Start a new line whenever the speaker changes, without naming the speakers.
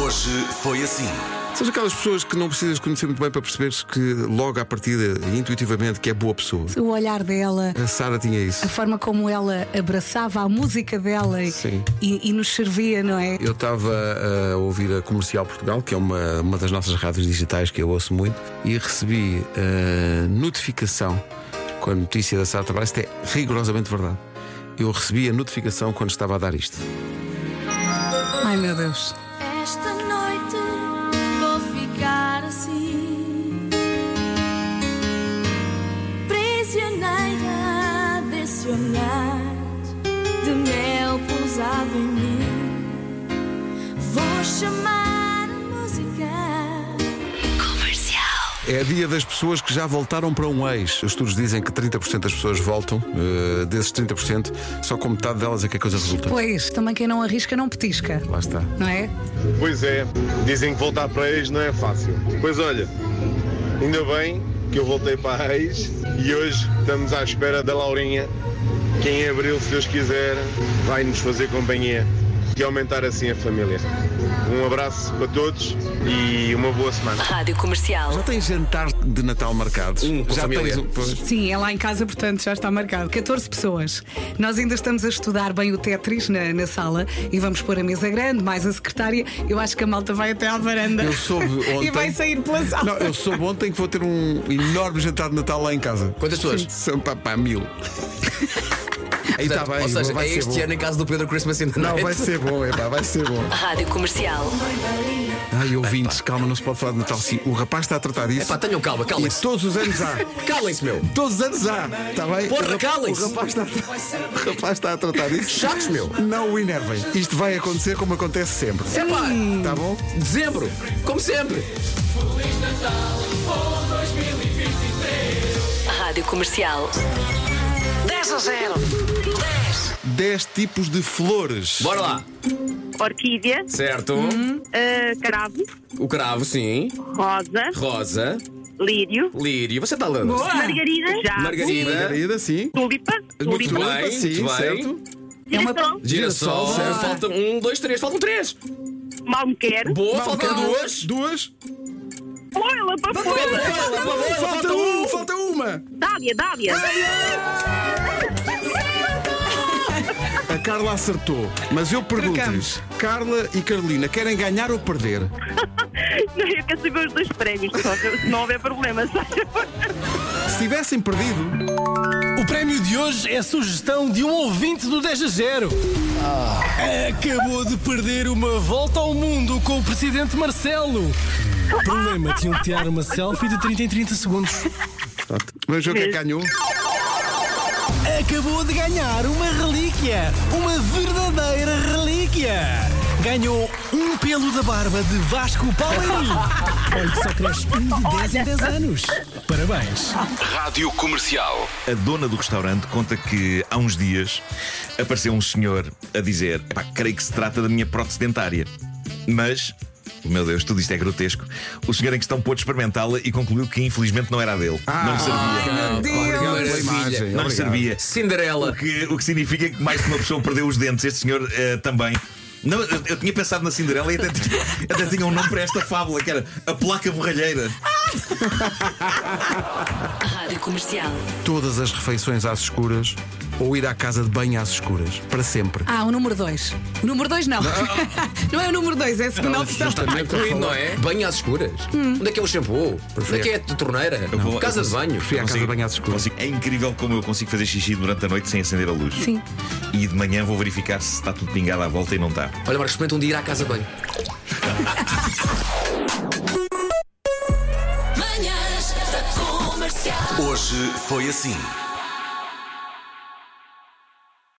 Hoje foi assim.
São aquelas pessoas que não precisas conhecer muito bem para perceberes que logo à partida, intuitivamente, que é boa pessoa.
O olhar dela,
A Sara tinha isso.
a forma como ela abraçava a música dela e,
Sim.
e- e nos servia, não é?
Eu estava eh, a ouvir a Comercial Portugal, que é uma, uma das nossas rádios digitais que eu ouço muito, e recebi a notificação com a notícia da Sara Tavares. Isto é rigorosamente verdade. Eu recebi a notificação quando estava a dar isto.
Ai meu Deus.
Esta noite vou ficar assim, prisioneira desse olhar de mel pousado em mim. Vou chamar a música comercial.
É dia das pessoas que já voltaram para um ex. Os estudos dizem que 30% das pessoas voltam. eh, desses 30%, só com metade delas é que a coisa resulta.
Pois, também quem não arrisca não petisca,
Lá está.
não é?
Pois é, dizem que voltar para ex não é fácil. Pois olha, ainda bem que eu voltei para a ex e hoje estamos à espera da Laurinha, que em abril, se Deus quiser, vai nos fazer companhia e aumentar assim a família. Um abraço para todos e uma boa semana.
Rádio Comercial.
Já tens jantar de Natal marcados?
Um com a
já
família.
tens um. pois.
Sim, é lá em casa, portanto já está marcado. 14 pessoas. Nós ainda estamos a estudar bem o Tetris na, na sala e vamos pôr a mesa grande, mais a secretária. Eu acho que a malta vai até à varanda.
Eu soube ontem.
e vai sair pela sala.
Não, eu soube ontem que vou ter um enorme jantar de Natal lá em casa.
Quantas pessoas?
São pá, pá, mil. Aí está
Portanto,
bem,
Ou seja,
Então, vai
é
ser
este
bom.
ano em casa do Pedro Christmas in the
Não,
Night.
vai ser bom, é pá, vai ser bom.
Rádio Comercial.
Ai, ouvintes, calma, não se pode falar de Natal. Sim, o rapaz está a tratar disso.
Epá, tá, tenham calma,
e
calem-se.
todos os anos há.
Calem-se, meu.
Todos os anos há, está bem?
Porra,
O rap-
calem-se.
O rapaz está, a- o rapaz está a tratar disso.
Chatos, meu.
Não o enervem. Isto vai acontecer como acontece sempre.
É pá,
Está bom?
dezembro, como sempre.
Rádio Comercial.
10 a 0. 10.
10 tipos de flores.
Bora lá.
Orquídea,
Certo.
ah, cravo,
O cravo, sim.
rosa,
Rosa.
lírio,
Lírio. Você está lendo?
margarida, já,
Margarida.
Margarida, sim.
tulipa,
Muito
tulipa,
bem,
sim,
muito bem.
certo.
É
girassol,
Girassol.
Girassol, certo.
Faltam um, dois, três. Faltam três.
malmequer,
Boa, faltam duas.
Duas.
poila, papoila,
Falta um, falta uma.
dália, dália,
A Carla acertou, mas eu pergunto-lhes: Carla e Carolina querem ganhar ou perder?
não, eu quero saber os dois prémios, só, se não houver problema, sabe?
Se tivessem perdido,
O prémio de hoje é a sugestão de um ouvinte do 10 a 0. Ah. Acabou de perder uma volta ao mundo com o presidente Marcelo. Problema, tinham de um tirar uma selfie de 30 em 30 segundos.
vamos ver quem é ganhou.
Acabou de ganhar uma relíquia, uma verdadeira relíquia. Ganhou um pelo da barba de Vasco Palmeirinho. Olha que só cresce um de 10 em 10 anos. Parabéns.
Rádio Comercial.
A dona do restaurante conta que há uns dias apareceu um senhor a dizer: "Epá, creio que se trata da minha prótese dentária. Mas, meu Deus, tudo isto é grotesco. O senhor em questão pôde experimentá-la e concluiu que infelizmente não era a dele. não lhe servia.
Meu Deus.
Boa Ah,
não
imagem,
lhe
obrigado.
servia. O
Cinderela.
que, o que significa que mais de uma pessoa perdeu os dentes. Este senhor eh, também. Não, eu, eu tinha pensado na Cinderela e até, tinha- até tinha um nome para esta fábula, que era a placa borralheira.
Rádio Comercial.
Todas as refeições às escuras ou ir à casa de banho às escuras, para sempre.
Ah, o número 2. O número 2 não. não é o número 2, é a segunda opção.
Está incluído, não é? Banho às escuras.
Hum.
Onde é que é o shampoo? Onde é que é a torneira?
vou-
Casa
eu
de banho.
Fui à casa de banho às escuras.
Consigo- É incrível como eu consigo fazer xixi durante a noite sem acender a luz.
Sim.
E de manhã vou verificar se está tudo pingado à volta e não está.
Olha, Marcos, experimenta um dia ir à casa de banho.
Manhãs da comercial.
Hoje foi assim.